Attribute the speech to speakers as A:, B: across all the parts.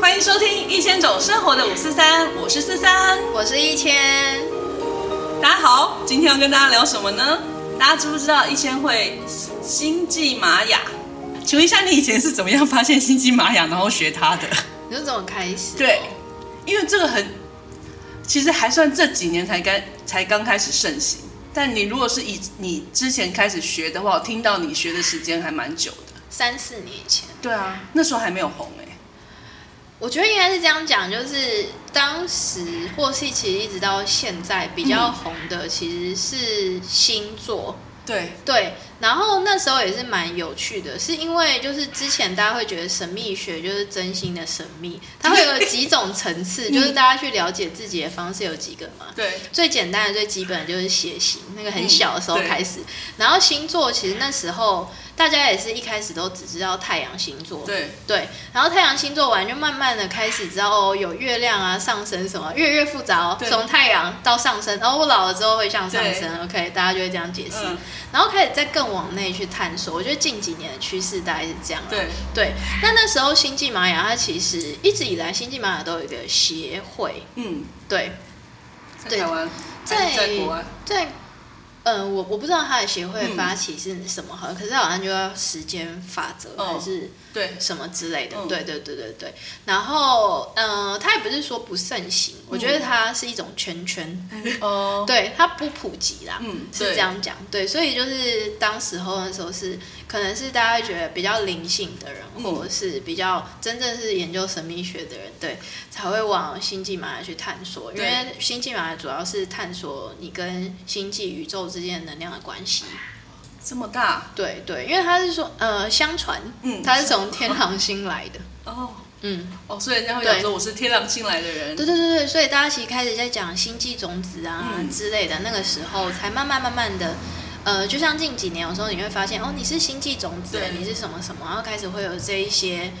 A: 欢迎收听《一千种生活的五四三》，我是四三。
B: 我是一千，
A: 大家好，今天要跟大家聊什么呢？大家知不知道一千会星际玛雅？请问一下，你以前是怎么样发现星际玛雅，然后学它的？
B: 你是怎么开始？
A: 对，因为这个很，其实还算这几年才刚才刚开始盛行。但你如果是以你之前开始学的话，我听到你学的时间还蛮久的。
B: 三四年以前，
A: 对啊，那时候还没有红哎、
B: 我觉得应该是这样讲，就是当时或是其实一直到现在比较红的其实是星座，
A: 对，
B: 对。然后那时候也是蛮有趣的，是因为就是之前大家会觉得神秘学就是真心的神秘，它会有几种层次，就是大家去了解自己的方式有几个嘛。
A: 对，
B: 最简单的、最基本的就是血型，那个很
A: 嗯
B: 小的时候
A: 对
B: 开始。然后星座，其实那时候大家也是一开始都只知道太阳星座，
A: 对，
B: 对。然后太阳星座完，就慢慢的开始知道哦，有月亮啊、上升什么，越来越复杂哦，
A: 对
B: 从太阳到上升。哦，我老了之后会向上升，OK，大家就会这样解释。
A: 嗯，
B: 然后开始再更往内去探索，我觉得近几年的趋势大概是这样啦。啊
A: 对，
B: 对，那那时候星际玛雅，它其实一直以来星际玛雅都有一个协会，
A: 嗯，
B: 对，
A: 在
B: 对
A: 台湾，还
B: 在
A: 是在国外，
B: 在，呃，我我不知道他的协会发起是什么，好像、可是好像就要时间法则、
A: 嗯哦
B: 还是
A: 对，
B: 什么之类的。
A: 嗯
B: 对对对对对。然后，呃，他也不是说不盛行，我觉得
A: 嗯
B: 它是一种圈圈，
A: 哦，
B: 对，它不普及啦。
A: 嗯，
B: 是这样讲，对，所以就是当时候那时候是，可能是大家会觉得比较灵性的人，
A: 嗯
B: 或者是比较真正是研究神秘学的人，对，才会往星际玛雅去探索，因
A: 对
B: 为星际玛雅主要是探索你跟星际宇宙之间的能量的关系，
A: 对，这么大，
B: 对对，因为他是说，呃，相传
A: 嗯，
B: 他是从天堂星来的，
A: 哦
B: 嗯，
A: 哦，所以人家会讲
B: 对
A: 说我是天狼星来的人，
B: 对对对对，所以大家其实开始在讲星际种子啊、
A: 嗯
B: 之类的，那个时候才慢慢慢慢的，呃，就像近几年有时候你会发现，哦，你是星际种子
A: 对，
B: 你是什么什么，然后开始会有这一些。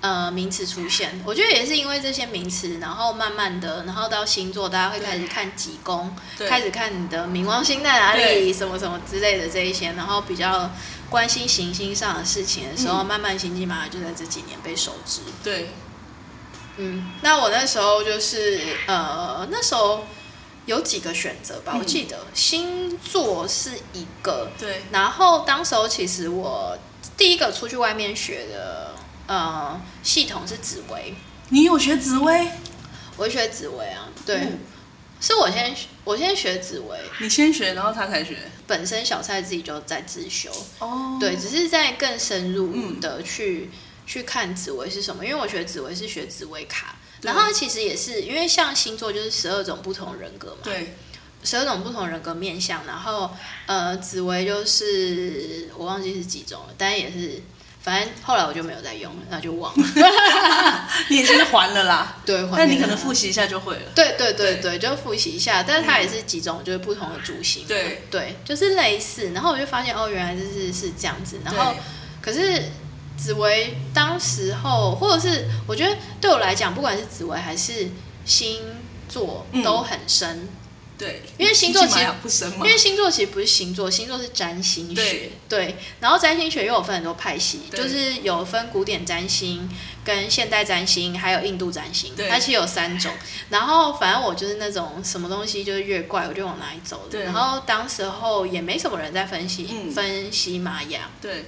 B: 呃，名词出现，我觉得也是因为这些名词，然后慢慢的，然后到星座，大家会开始看几宫，
A: 对，
B: 开始看你的冥王星在哪里，
A: 对
B: 什么什么之类的这一些，然后比较关心行星上的事情的时
A: 嗯
B: 候，慢慢星际玛雅就在这几年被熟知。
A: 对，
B: 嗯，那我那时候就是呃，那时候有几个选择吧，我记得、星座是一个，
A: 对，
B: 然后当时候其实我第一个出去外面学的呃系统是紫薇，
A: 你有学紫薇，
B: 我是学紫薇啊，对，
A: 嗯
B: 是我先我先学紫薇，
A: 你先学，然后他才学，
B: 本身小蔡自己就在自修，
A: 哦，
B: 对，只是在更深入
A: 嗯
B: 的去、去看紫薇是什么，因为我学紫薇是学紫薇卡，
A: 对
B: 然后它其实也是因为像星座就是十二种不同人格嘛，
A: 对，
B: 十二种不同人格面相，然后呃紫薇就是我忘记是几种了，但也是反正后来我就没有再用了，那就忘了，
A: 你已经还了啦，
B: 对，还
A: 但你
B: 给
A: 可
B: 他
A: 能复。习一下就会了，
B: 对对对对，就复习一下，但是它也是几种，就是不同的主星，
A: 对
B: 对，就是类似。然后我就发现哦，原来就是是这样子。然后
A: 对
B: 可是紫薇当时候，或者是我觉得对我来讲，不管是紫薇还是星座
A: 嗯
B: 都很深，
A: 对，
B: 因为星座
A: 你
B: 其
A: 起
B: 实
A: 码不深嘛
B: 因，为星座其实不是星座，星座是占星学
A: 对。
B: 对，然后占星学又有分很多派系，
A: 对
B: 就是有分古典占星、跟现代占星，还有印度占星，
A: 对
B: 它其实有三种。然后反正我就是那种什么东西就是越怪我就往哪里走的。
A: 对
B: 然后当时候也没什么人在分析、
A: 嗯
B: 分析玛雅，
A: 对，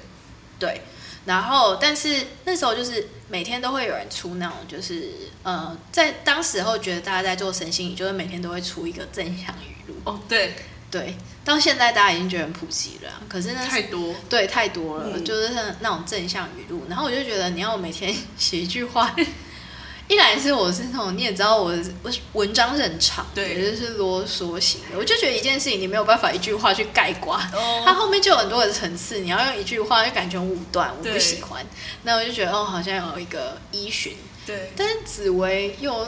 B: 对。然后，但是那时候就是每天都会有人出那种，就是呃，在当时候觉得大家在做身心，就是每天都会出一个正向语录，
A: 哦，对，
B: 对，到现在大家已经觉得很普及了啊，可是那
A: 太多，
B: 对太多了，
A: 嗯
B: 就是那种正向语录。然后我就觉得你要我每天 写一句话，一来是我是那种你也知道我我文章是很长的，
A: 对
B: 也就是啰嗦型的。我就觉得一件事情你没有办法一句话去概括，它
A: 哦，
B: 后面就有很多的层次，你要用一句话就感觉很武断，我不
A: 对
B: 喜欢。那我就觉得哦，好像有一个依循，
A: 对，
B: 但是紫薇又。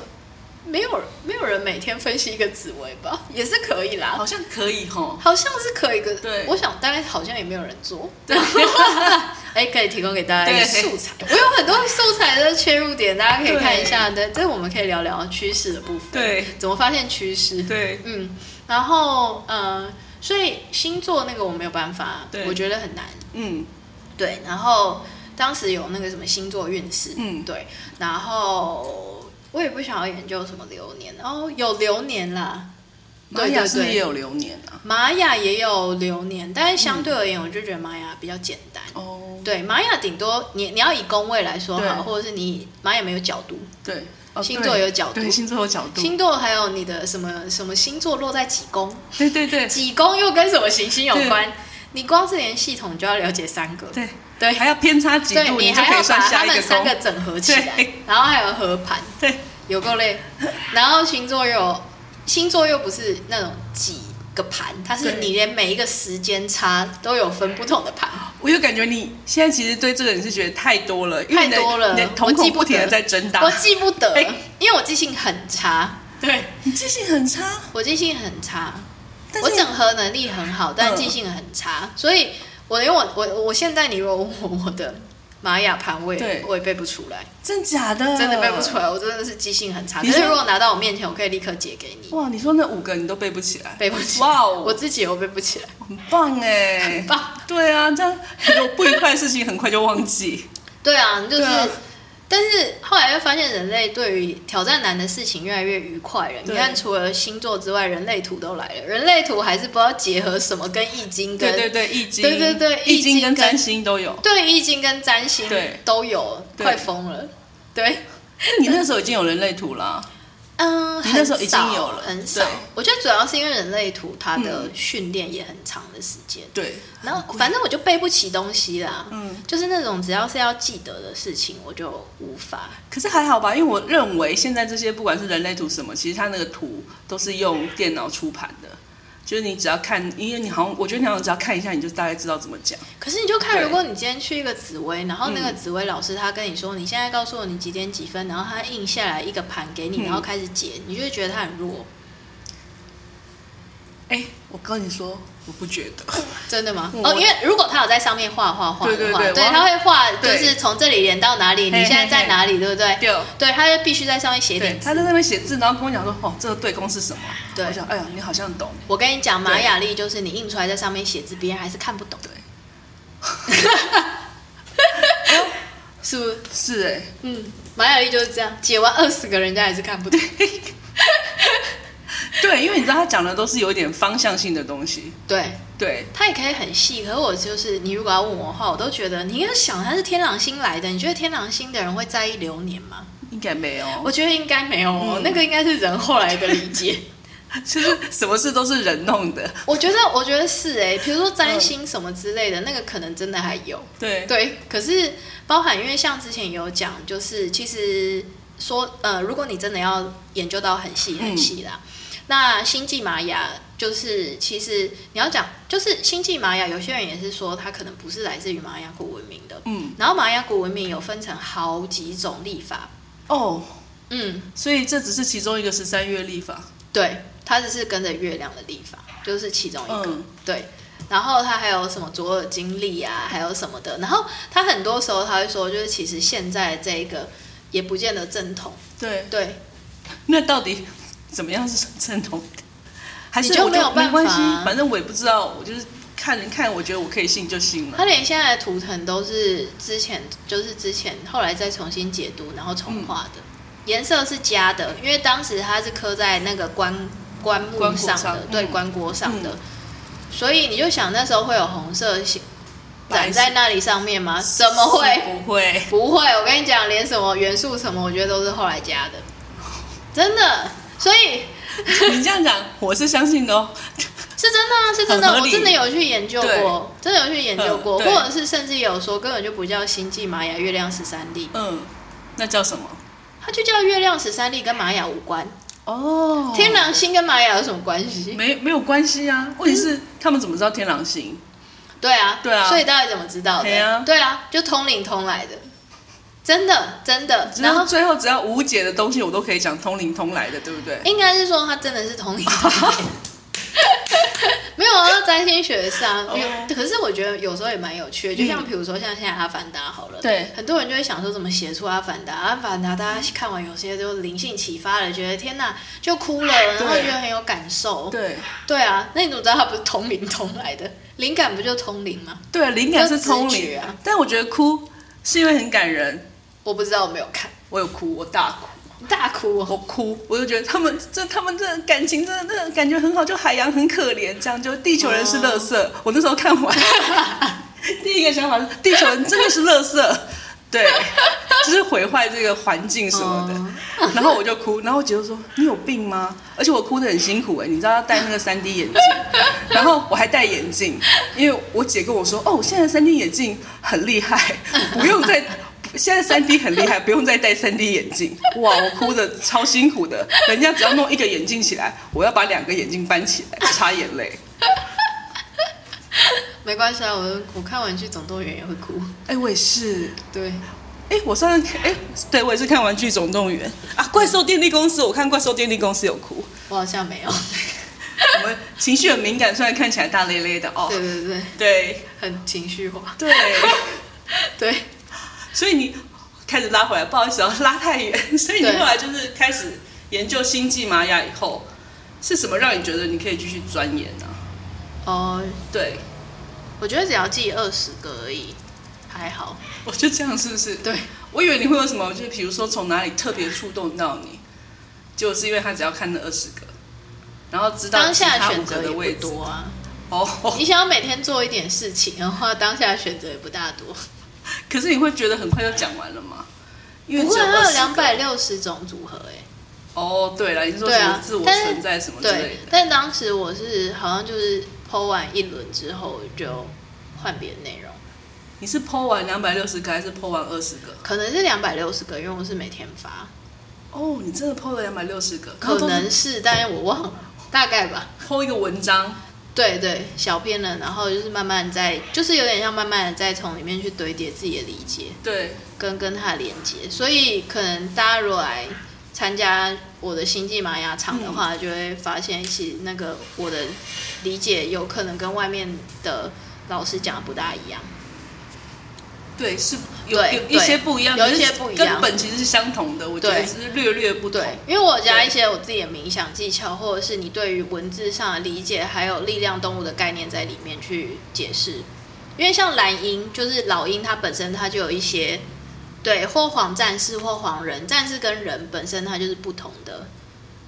B: 没有没有人每天分析一个紫薇吧， 也是可以啦。
A: 好像可以 吼，
B: 好像是可以个，
A: 对
B: 我想大概好像也没有人做，对，
A: 嗯
B: 哎，可以提供给大家一个
A: 对
B: 素 材。我有很多素材的切入点，大家可以看一下。对，这我们可以聊聊趋势的部分，
A: 对，
B: 怎么发现趋势？
A: 对，
B: 嗯，然后呃，所以星座那个我没有办法
A: 对，
B: 我觉得很难。
A: 嗯，
B: 对，然后当时有那个什么星座运势，
A: 嗯
B: 对，然后我也不想要研究什么流年，哦，有流年啦，
A: 玛
B: 对
A: 雅
B: 对
A: 是不是
B: 对
A: 也有流年啊？
B: 玛雅也有流年，但是相对而言，我就觉得玛雅比较简单。
A: 哦，
B: 对，玛雅顶多你你要以宫位来说
A: 对
B: 好，或者是你玛雅没有角度，
A: 对，哦
B: 星座有角度
A: 对，星座有角度，
B: 星座还有你的什么什么星座落在几宫，
A: 对对对
B: 几宫又跟什么行星有关，你光是连系统就要了解三个，
A: 对，哎
B: 对
A: 还要偏差几
B: 对
A: 度，
B: 你
A: 就
B: 还
A: 可
B: 要
A: 以算
B: 把
A: 下
B: 它
A: 一个
B: 们三
A: 宫
B: 个。整合起来
A: 对，
B: 然后还有合盘，
A: 对，
B: 有够累。然后星座又有星座又不是那种几个盘，它是
A: 对
B: 你连每一个时间差都有分不同的盘。
A: 我有感觉你现在其实对这个你是觉得太多了，因为
B: 太
A: 你的
B: 多了
A: 你的瞳
B: 我记
A: 孔
B: 不
A: 不停的
B: 得
A: 在睁大
B: 我，记不得
A: 哎，
B: 因为我记性很差。对，
A: 你记性很差，
B: 我记性很差，
A: 但
B: 我
A: 是
B: 整合能力很好，但
A: 嗯
B: 记性很差，所以我因为我我我现在你如果问我我的玛雅盘，我
A: 对
B: 也我也背不出来，
A: 真假的，
B: 真的背不出来，我真的是嗯记性很差。
A: 你
B: 可是
A: 现在
B: 如果拿到我面前，我可以立刻解给你，
A: 哇，你说那五个你都背不起来，
B: 背不起来。
A: 哇哦，
B: 我自己也背不起来，
A: 很棒哎，
B: 很棒。
A: 对啊，这样很多不愉快的事情很快就忘记。
B: 对啊，就是，
A: 对啊
B: 但是后来又发现人类对于挑战难的事情越来越愉快了。你
A: 对
B: 看，除了星座之外，人类图都来了，人类图还是不知道结合什么跟易经跟
A: 对对对，易经，
B: 对对对
A: 易经
B: 易经
A: 跟
B: 跟
A: 占星都有。
B: 对易经跟占星
A: 对
B: 都有，
A: 对
B: 快疯了。对，
A: 哎那你那时候已经有人类图啊啦，
B: 嗯，
A: 你
B: 很
A: 那时候已经
B: 少
A: 有了
B: 很
A: 对
B: 少。我觉得主要是因为人类图它的训练也很长的时间，
A: 对，
B: 然后反正我就背不起东西啦。
A: 嗯，
B: 就是那种只要是要记得的事情，我就无法。
A: 可是还好吧，因为我认为现在这些不管是人类图什么，其实它那个图都是用电脑出盘的，就是你只要看，因为你好像我觉得你好像只要看一下，你就大概知道怎么讲。
B: 可是你就看，
A: 对
B: 如果你今天去一个紫薇，然后那个
A: 嗯
B: 紫薇老师他跟你说，你现在告诉我你几点几分，然后他印下来一个盘给你，
A: 嗯
B: 然后开始解，你就会觉得他很弱。
A: 哎，我跟你说，我不觉得，
B: 真的吗？
A: 嗯我
B: 哦，因为如果他有在上面画画画的
A: 对
B: 话，
A: 对对我
B: 他会画，就
A: 对
B: 是从这里连到哪里，
A: 嘿
B: 你现在在哪里，对不对？
A: 对。
B: 对，他就必须在上面写
A: 对
B: 点，字
A: 他在那边写字，然后跟我讲说：“哦，这个对公是什么？”
B: 对
A: 我想，哎呀，你好像懂。
B: 我跟你讲，玛雅历就是你印出来在上面写字，别人还是看不懂。
A: 对，
B: 是不是？
A: 是哎，
B: 嗯，玛雅历就是这样，解完二十个人家还是看不懂。
A: 对，因为你知道他讲的都是有一点方向性的东西。
B: 对，
A: 对，
B: 它也可以很细，可是我就是你如果要问我的话，我都觉得你应该想它是天狼星来的，你觉得天狼星的人会在意流年吗？
A: 应该没有。
B: 我觉得应该没有哦，
A: 嗯
B: 那个应该是人后来的理解。
A: 就是什么事都是人弄的。
B: 我觉得，我觉得是哎、比如说占星什么之类的，那个可能真的还有
A: 对
B: 对。可是包含因为像之前有讲，就是其实说呃，如果你真的要研究到很细很细啦，那星际玛雅就是其实你要讲，就是星际玛雅，有些人也是说它可能不是来自于玛雅古文明的，
A: 嗯，
B: 然后玛雅古文明有分成好几种历法，
A: 哦，
B: 嗯，
A: 所以这只是其中一个十三月历法。
B: 对，它只是跟着月亮的历法，就是其中一个。
A: 嗯，
B: 对，然后他还有什么左耳经历啊，还有什么的。然后他很多时候他会说，就是其实现在这一个也不见得正统，
A: 对。
B: 对，
A: 那到底怎么样是正统的？还是
B: 你就
A: 我
B: 没有办法啊
A: 没关系，反正我也不知道，我就是看看，我觉得我可以信就信了。
B: 他连现在的图腾都是之前就是之前后来再重新解读，然后重画的，颜色是加的，因为当时它是刻在那个棺棺木
A: 棺椁
B: 上的，
A: 上
B: 对，
A: 嗯
B: 棺椁上的。
A: 嗯
B: 所以你就想那时候会有红色写
A: 白
B: 展
A: 色
B: 在那里上面吗？怎么会？
A: 是不会？
B: 不会，我跟你讲，连什么元素什么，我觉得都是后来加的，真的。所以
A: 你这样讲，我是相信的哦。
B: 是真的啊，是真
A: 很合
B: 的，
A: 理
B: 我真的有去研究过，真的有去研究过，
A: 嗯
B: 或
A: 对
B: 者是甚至有说根本就不叫星际玛雅月亮十三历，
A: 嗯，那叫什么？
B: 它就叫月亮十三历，跟玛雅无关。
A: 哦，
B: 天狼星跟玛雅有什么关 系？
A: 没没有关系啊。问题是他们怎么知道天狼星？
B: 对啊，
A: 对啊
B: 所以到底怎么知道
A: 对啊
B: 的？对啊，就通灵通来的，真的真的。然
A: 然后
B: 后
A: 最后只要无解的东西，我都可以讲通灵通来的，对不对？
B: 应该是说他真的是同 理同理。没有啊，占星学上，
A: 哦嗯
B: 有可是我觉得有时候也蛮有趣的，就像比如说像现在《阿凡达》好了，
A: 对
B: 很多人就会想说怎么写出《阿凡达》，《阿凡达》大家看完有些就灵性启发了，觉得天哪，就哭了，然后
A: 对
B: 觉得很有感受。
A: 对
B: 对啊，那你怎么知道它不是通灵通来的？灵感不就通灵吗？
A: 对，灵感
B: 就是
A: 通
B: 直
A: 灵
B: 觉啊
A: 但我觉得哭是因为很感人，
B: 我不知道，我没有看，
A: 我有哭，我大哭。
B: 大哭哦。
A: 我哭，我就觉得他们这他们这感情真的真的感觉很好，就海洋很可怜，这样就地球人是垃圾。我那时候看完， 第一个想法是地球人真的是垃圾，对， 就是毁坏这个环境什么的。然后我就哭，然后我姐就说你有病吗？而且我哭得很辛苦哎、你知道要戴那个三 D 眼镜，然后我还戴眼镜，因为我姐跟我说哦，现在三 D 眼镜很厉害，不用再。现在三 D 很厉害，不用再戴三 D 眼镜。哇，我哭的超辛苦的。人家只要弄一个眼镜起来，我要把两个眼镜搬起来，擦眼泪。
B: 没关系啊，我我看玩具总动员也会哭。
A: 哎、我也是。
B: 对，
A: 哎、我上次哎、对我也是看《玩具总动员》啊，《怪兽电力公司》，我看《怪兽电力公司》有哭。
B: 我好像没有。
A: 哦我们情绪很敏感，虽然看起来大咧咧的哦。
B: 对对对，
A: 对
B: 很情绪化。
A: 对，
B: 对，
A: 所以你开始拉回来，不好意思哦，拉太远。所以你
B: 对
A: 后来就是开始研究星际玛雅以后，是什么让你觉得你可以继续钻研呢、
B: 哦、
A: 对，
B: 我觉得只要记二十个而已，还好。
A: 我就这样，是不是？
B: 对，
A: 我以为你会有什么，就是比如说从哪里特别触动到你，结果是因为他只要看那二十个，然后知道
B: 当
A: 其
B: 下
A: 他
B: 选
A: 五个
B: 择
A: 的
B: 也
A: 位
B: 不
A: 置。
B: 多啊。
A: 哦，
B: 你想要每天做一点事情的话，当下选择也不大多。
A: 可是你会觉得很快就讲完了吗？因为
B: 不会，
A: 只有
B: 它有
A: 20
B: 两
A: 个
B: 百。六十种组合哎、
A: 哦，对了，你是说
B: 对
A: 什
B: 啊
A: 么自我
B: 但是
A: 存在什么之类
B: 对
A: 的，？
B: 但当时我是好像就是 PO 完一轮之后就换别的内容，
A: 你是剖完两百六十个还是剖完二十个？
B: 可能是两百六十个，因为我是每天发，
A: 哦，你真的剖了两百六十个，
B: 可能是，但是我忘了，大概吧。
A: 剖一个文章。
B: 对对，小篇了，然后就是慢慢在，就是有点像慢慢的在从里面去堆叠自己的理解
A: 对，
B: 跟跟它的连接，所以可能大家如果来参加我的星际玛雅场的话，就会发现其实那个我的理解有可能跟外面的老师讲的不大一样。
A: 对，是有
B: 对
A: 有一些不一样，
B: 对有一
A: 可是
B: 些不一样
A: 根本其实是相同的，我觉得
B: 对
A: 只是略略不同。
B: 对，因为我加一些我自己的冥想技巧，或者是你对于文字上的理解，还有力量动物的概念在里面去解释。因为像蓝鹰，就是老鹰，它本身它就有一些对，或黄战士或黄人，战士跟人本身它就是不同的。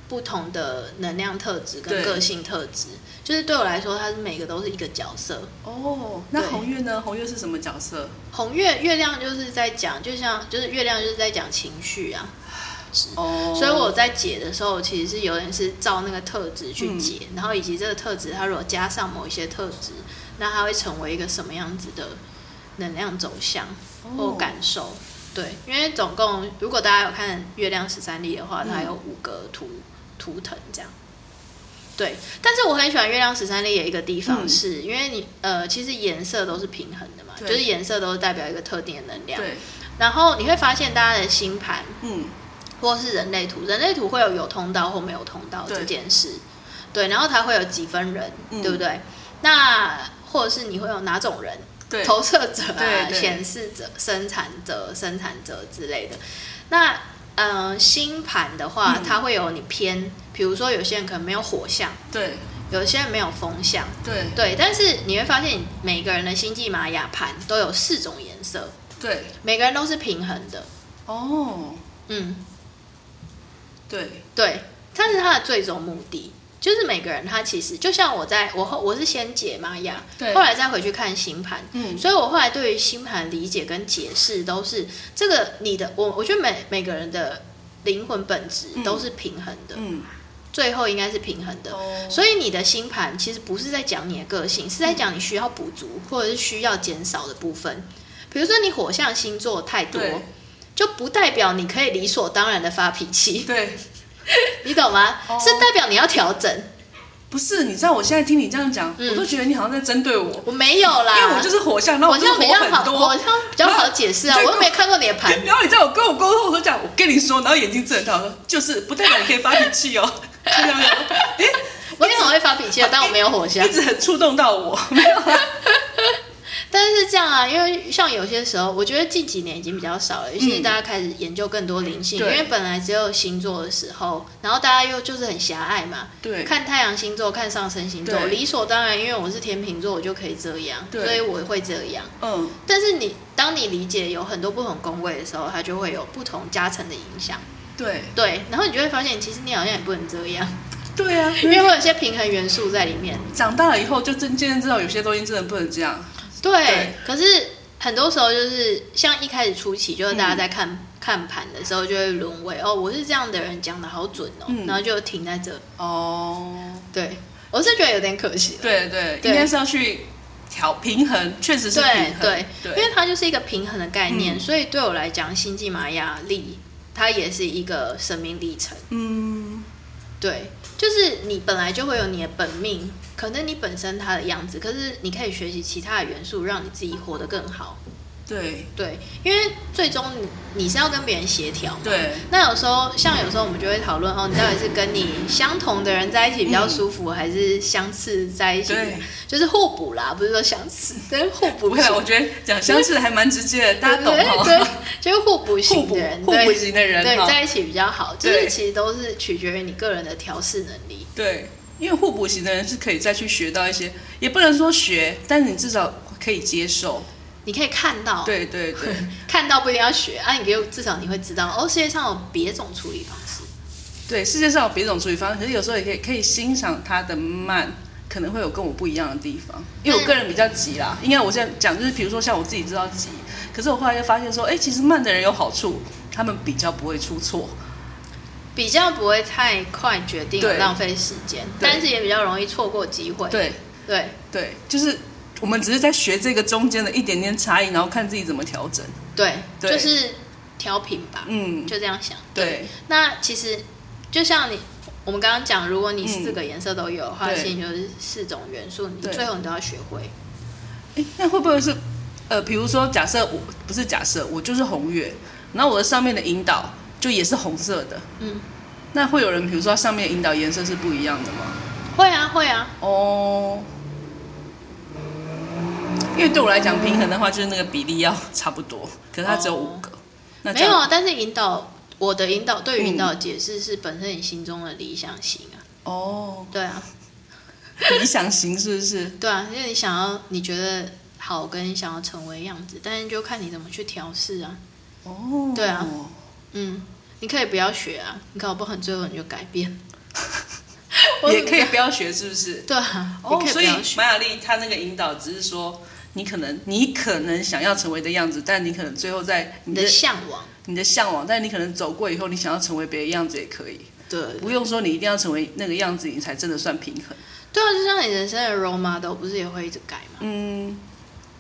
B: 不同的能量特质跟
A: 对
B: 个性特质，就是对我来说，它是每个都是一个角色。
A: 哦，那
B: 对
A: 红月呢？红月是什么角色？
B: 红月月亮就是在讲，就像就是月亮就是在讲情绪啊，
A: 哦，
B: 所以我在解的时候，其实是有点是照那个特质去解，
A: 嗯
B: 然后以及这个特质，它如果加上某一些特质，那它会成为一个什么样子的能量走向或
A: 哦
B: 感受。对，因为总共如果大家有看《月亮十三粒》的话，它
A: 嗯
B: 有五个图、图腾这样。对，但是我很喜欢《月亮十三粒》的一个地方
A: 嗯
B: 是，因为你呃，其实颜色都是平衡的嘛，
A: 对
B: 就是颜色都是代表一个特定的能量。
A: 哦对，
B: 然后你会发现大家的星盘，
A: 嗯，
B: 或是人类图，人类图会有有通道或没有通道
A: 对
B: 这件事，对，然后它会有几分人，
A: 嗯
B: 对不对？那或者是你会有哪种人，
A: 对，
B: 投射者
A: 对
B: 啊、
A: 对
B: 显示者、生产者、生产者之类的。那呃，星盘的话，
A: 嗯
B: 它会有你偏，比如说有些人可能没有火象，
A: 对，
B: 有些人没有风象，
A: 对，
B: 对。但是你会发现，每个人的星际玛雅盘都有四种颜色，
A: 对，
B: 每个人都是平衡的，
A: 哦，
B: 嗯。
A: 对，
B: 对，但是他的最终目的就是每个人他其实就像我在我后我是先解玛雅，
A: 对
B: 后来再回去看星盘，
A: 嗯，
B: 所以我后来对于星盘理解跟解释都是这个你的我我觉得每每个人的灵魂本质都是平衡的，
A: 嗯，
B: 最后应该是平衡的。
A: 哦，嗯
B: 所以你的星盘其实不是在讲你的个性，是在讲你需要补足或者是需要减少的部分。比如说你火象星座太多
A: 对，
B: 就不代表你可以理所当然的发脾气。
A: 对，
B: 你懂吗
A: 哦？
B: 是代表你要调整。
A: 不是，你知道我现在听你这样讲，
B: 嗯
A: 我都觉得你好像在针对我，
B: 我没有啦，
A: 因为我就是火象，然后
B: 我
A: 我就
B: 这
A: 是
B: 样比较
A: 火很
B: 好，我
A: 多。
B: 这样比较好解释啊。
A: 然后
B: 我又没看过你的盘，
A: 然后你知道我跟我沟通，我都讲，我跟你说，然后眼睛正常说，就是不代表你可以发脾气 哦，就这样讲，哎，
B: 啊我也很会发脾气的，但我没有火象
A: 一。直很触动到我，没有啦，
B: 但是这样啊，因为像有些时候，我觉得近几年已经比较少了，尤其是大家开始研究更多灵性，因
A: 嗯对
B: 为本来只有星座的时候，然后大家又就是很狭隘嘛，
A: 对
B: 看太阳星座，看上升星座，
A: 对
B: 理所当然，因为我是天秤座，我就可以这样，
A: 对
B: 所以我会这样。
A: 嗯，
B: 但是你当你理解有很多不同宫位的时候，它就会有不同加成的影响，
A: 对，
B: 对，然后你就会发现，其实你好像也不能这样，
A: 对啊，
B: 因为会有一些平衡元素在里面。
A: 长大了以后就真渐渐知道有些东西真的不能这样。
B: 对，
A: 对
B: 可是很多时候就是像一开始初期，就是大家
A: 嗯
B: 在看、看盘的时候，就会沦为哦，我是这样的人，讲的好准哦，
A: 嗯
B: 然后就停在这。
A: 哦，
B: 对，我是觉得有点可惜了。
A: 对对，
B: 对
A: 应该是要去调平衡，确实是
B: 对
A: 平衡。
B: 对，因
A: 对嗯
B: 为它就是一个平衡的概念，所以对我来讲，星际玛雅历它也是一个生命历程。
A: 嗯，
B: 对，就是你本来就会有你的本命，可能你本身它的样子，可是你可以学习其他的元素，让你自己活得更好。
A: 对
B: 对，因为最终你你是要跟别人协调嘛。
A: 对
B: 那有时候，像有时候我们就会讨论哦，你到底是跟你相同的人在一起比较舒服，还是相似在一起比较
A: 对？
B: 就是互补啦，不是说相似，但是互补
A: 不会啊
B: 型
A: 啦，我觉得讲相似的还蛮直接的，大家懂
B: 对
A: 哈。
B: 对，就是互补
A: 互
B: 型
A: 补
B: 的人，
A: 互
B: 对
A: 补型的人
B: 对
A: 哈，
B: 在一起比较好，就是
A: 对
B: 其实都是取决于你个人的调试能力。
A: 对，因为互补型的人是可以再去学到一些，也不能说学，但是你至少可以接受。
B: 你可以看到，
A: 对对对，
B: 看到不一定要学啊，你就至少你会知道哦，世界上有别种处理方式。
A: 对，世界上有别种处理方式，可是有时候也可以可以欣赏它的慢，可能会有跟我不一样的地方。因为我个人比较急啦，应该我现在讲就是，比如说像我自己知道急，可是我后来就发现说，哎，其实慢的人有好处，他们比较不会出错。
B: 比较不会太快决定，
A: 对
B: 浪费时间，
A: 对
B: 但是也比较容易错过机会。
A: 对
B: 对
A: 对，就是我们只是在学这个中间的一点点差异，然后看自己怎么调整。
B: 对，
A: 对
B: 就是调频吧，
A: 嗯，
B: 就这样想。
A: 对
B: 那其实就像你我们刚刚讲，如果你四个颜色都有的话，
A: 对
B: 其实就是四种元素，你
A: 对
B: 最后你都要学会。
A: 诶那会不会是，呃，比如说假设我不是假设，我就是红月，然后我的上面的引导就也是红色的，
B: 嗯，
A: 那会有人比如说上面引导颜色是不一样的吗？
B: 会啊，会啊，
A: 哦，因为对我来讲平衡的话，就是那个比例要差不多，可是它只有五个，那这
B: 没有
A: 样嗯
B: 啊。但是引导我的引导对于引导的解释是本身你心中的理想型啊，
A: 哦，
B: 对啊，
A: 理想型是不是？
B: 对啊，因为你想要你觉得好跟你想要成为的样子，但是就看你怎么去调试啊。
A: 哦，
B: 对啊，嗯，你可以不要学啊，你搞不好最后你就改变。 我
A: 也
B: 怎么
A: 可以
B: 知道
A: 不要学，是不是？
B: 对啊，
A: 哦
B: 你，可
A: 所
B: 以
A: 以
B: 不要学。
A: 玛雅丽她那个引导只是说，你可能你可能想要成为的样子，但你可能最后在你
B: 你
A: 的
B: 的向往，
A: 你的向往，但你可能走过以后，你想要成为别的样子也可以，
B: 对
A: 不用说你一定要成为那个样子，你才真的算平衡。
B: 对啊，就像你人生的 role model 不是也会一直改吗？
A: 嗯，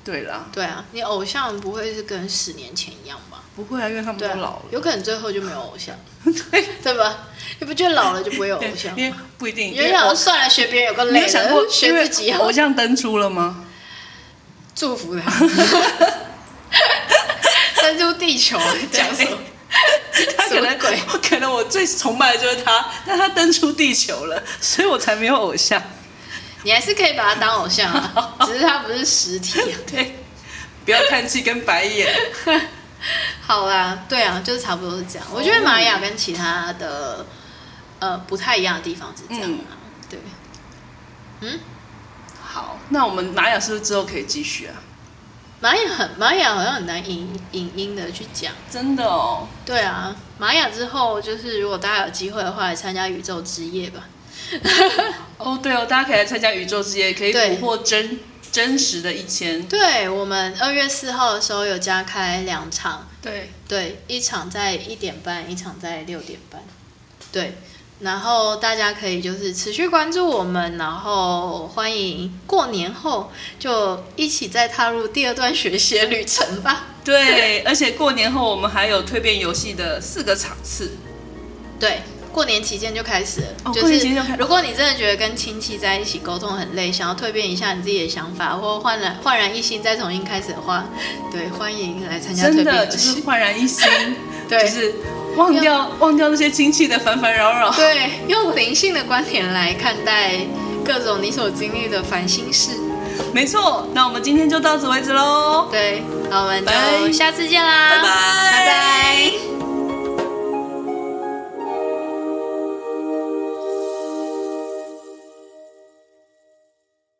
A: 对啦，
B: 对啊，你偶像不会是跟十年前一样吧？
A: 不会啊，因为他们
B: 对
A: 都
B: 啊，
A: 老了，
B: 有可能最后就没有 偶像，对对吧？你不觉得老了就不会有
A: 对
B: 偶像？
A: 因为不一定。因
B: 你就
A: 为
B: 想说
A: 我
B: 算了，学别人有个
A: 你
B: 累
A: 有想过
B: 的，学自己哦
A: 因为
B: 好
A: 偶，像登出了 吗？
B: 祝 福他，珍珠地球讲什么？
A: 他可
B: 什
A: 能
B: 么鬼
A: 可能我最崇拜的就是他，但他登出地球了，所以我才没有偶像。
B: 你还是可以把他当偶 像啊，只是他不是实体啊。
A: 对，不要叹气跟白眼。
B: 好啦，对啊，就是差不多是
A: 哦
B: 这样。我觉得玛雅跟其他的呃不太一样的地方是这样
A: 嗯
B: 啊，对，
A: 好，那我们玛雅是不是之后可以继续啊？
B: 玛雅很玛雅好像很难隐隐音的去讲。
A: 真的哦，
B: 对啊，玛雅之后就是如果大家有机会的话，来参加宇宙之夜吧。
A: 哦对哦，大家可以来参加宇宙之夜，可以
B: 对
A: 捕获真真实的一千。
B: 对我们二月四号的时候有加开两场，
A: 对，
B: 对，一场在一点半，一场在六点半，对。然后大家可以就是持续关注我们，然后欢迎过年后就一起再踏入第二段学习的旅程吧。
A: 对， 而且过年后我们还有蜕变游戏的四个场次。
B: 对，过年期间就开始了，
A: 哦
B: 就
A: 过年
B: 是
A: 期间就开
B: 如果你真的觉得跟亲戚在一起沟通很累，想要蜕变一下你自己的想法，或焕然焕然一新再重新开始的话，对，欢迎来参加蜕
A: 真
B: 变
A: 的
B: 游
A: 就是
B: 戏。
A: 焕然一新，
B: 对
A: 就是忘掉忘掉那些亲戚的烦烦扰扰。
B: 对，用灵性的观点来看待各种你所经历的烦心事。
A: 没错，那我们今天就到此为止喽，
B: 对，那我们
A: 拜
B: 就下次见啦，
A: 拜拜
B: 拜拜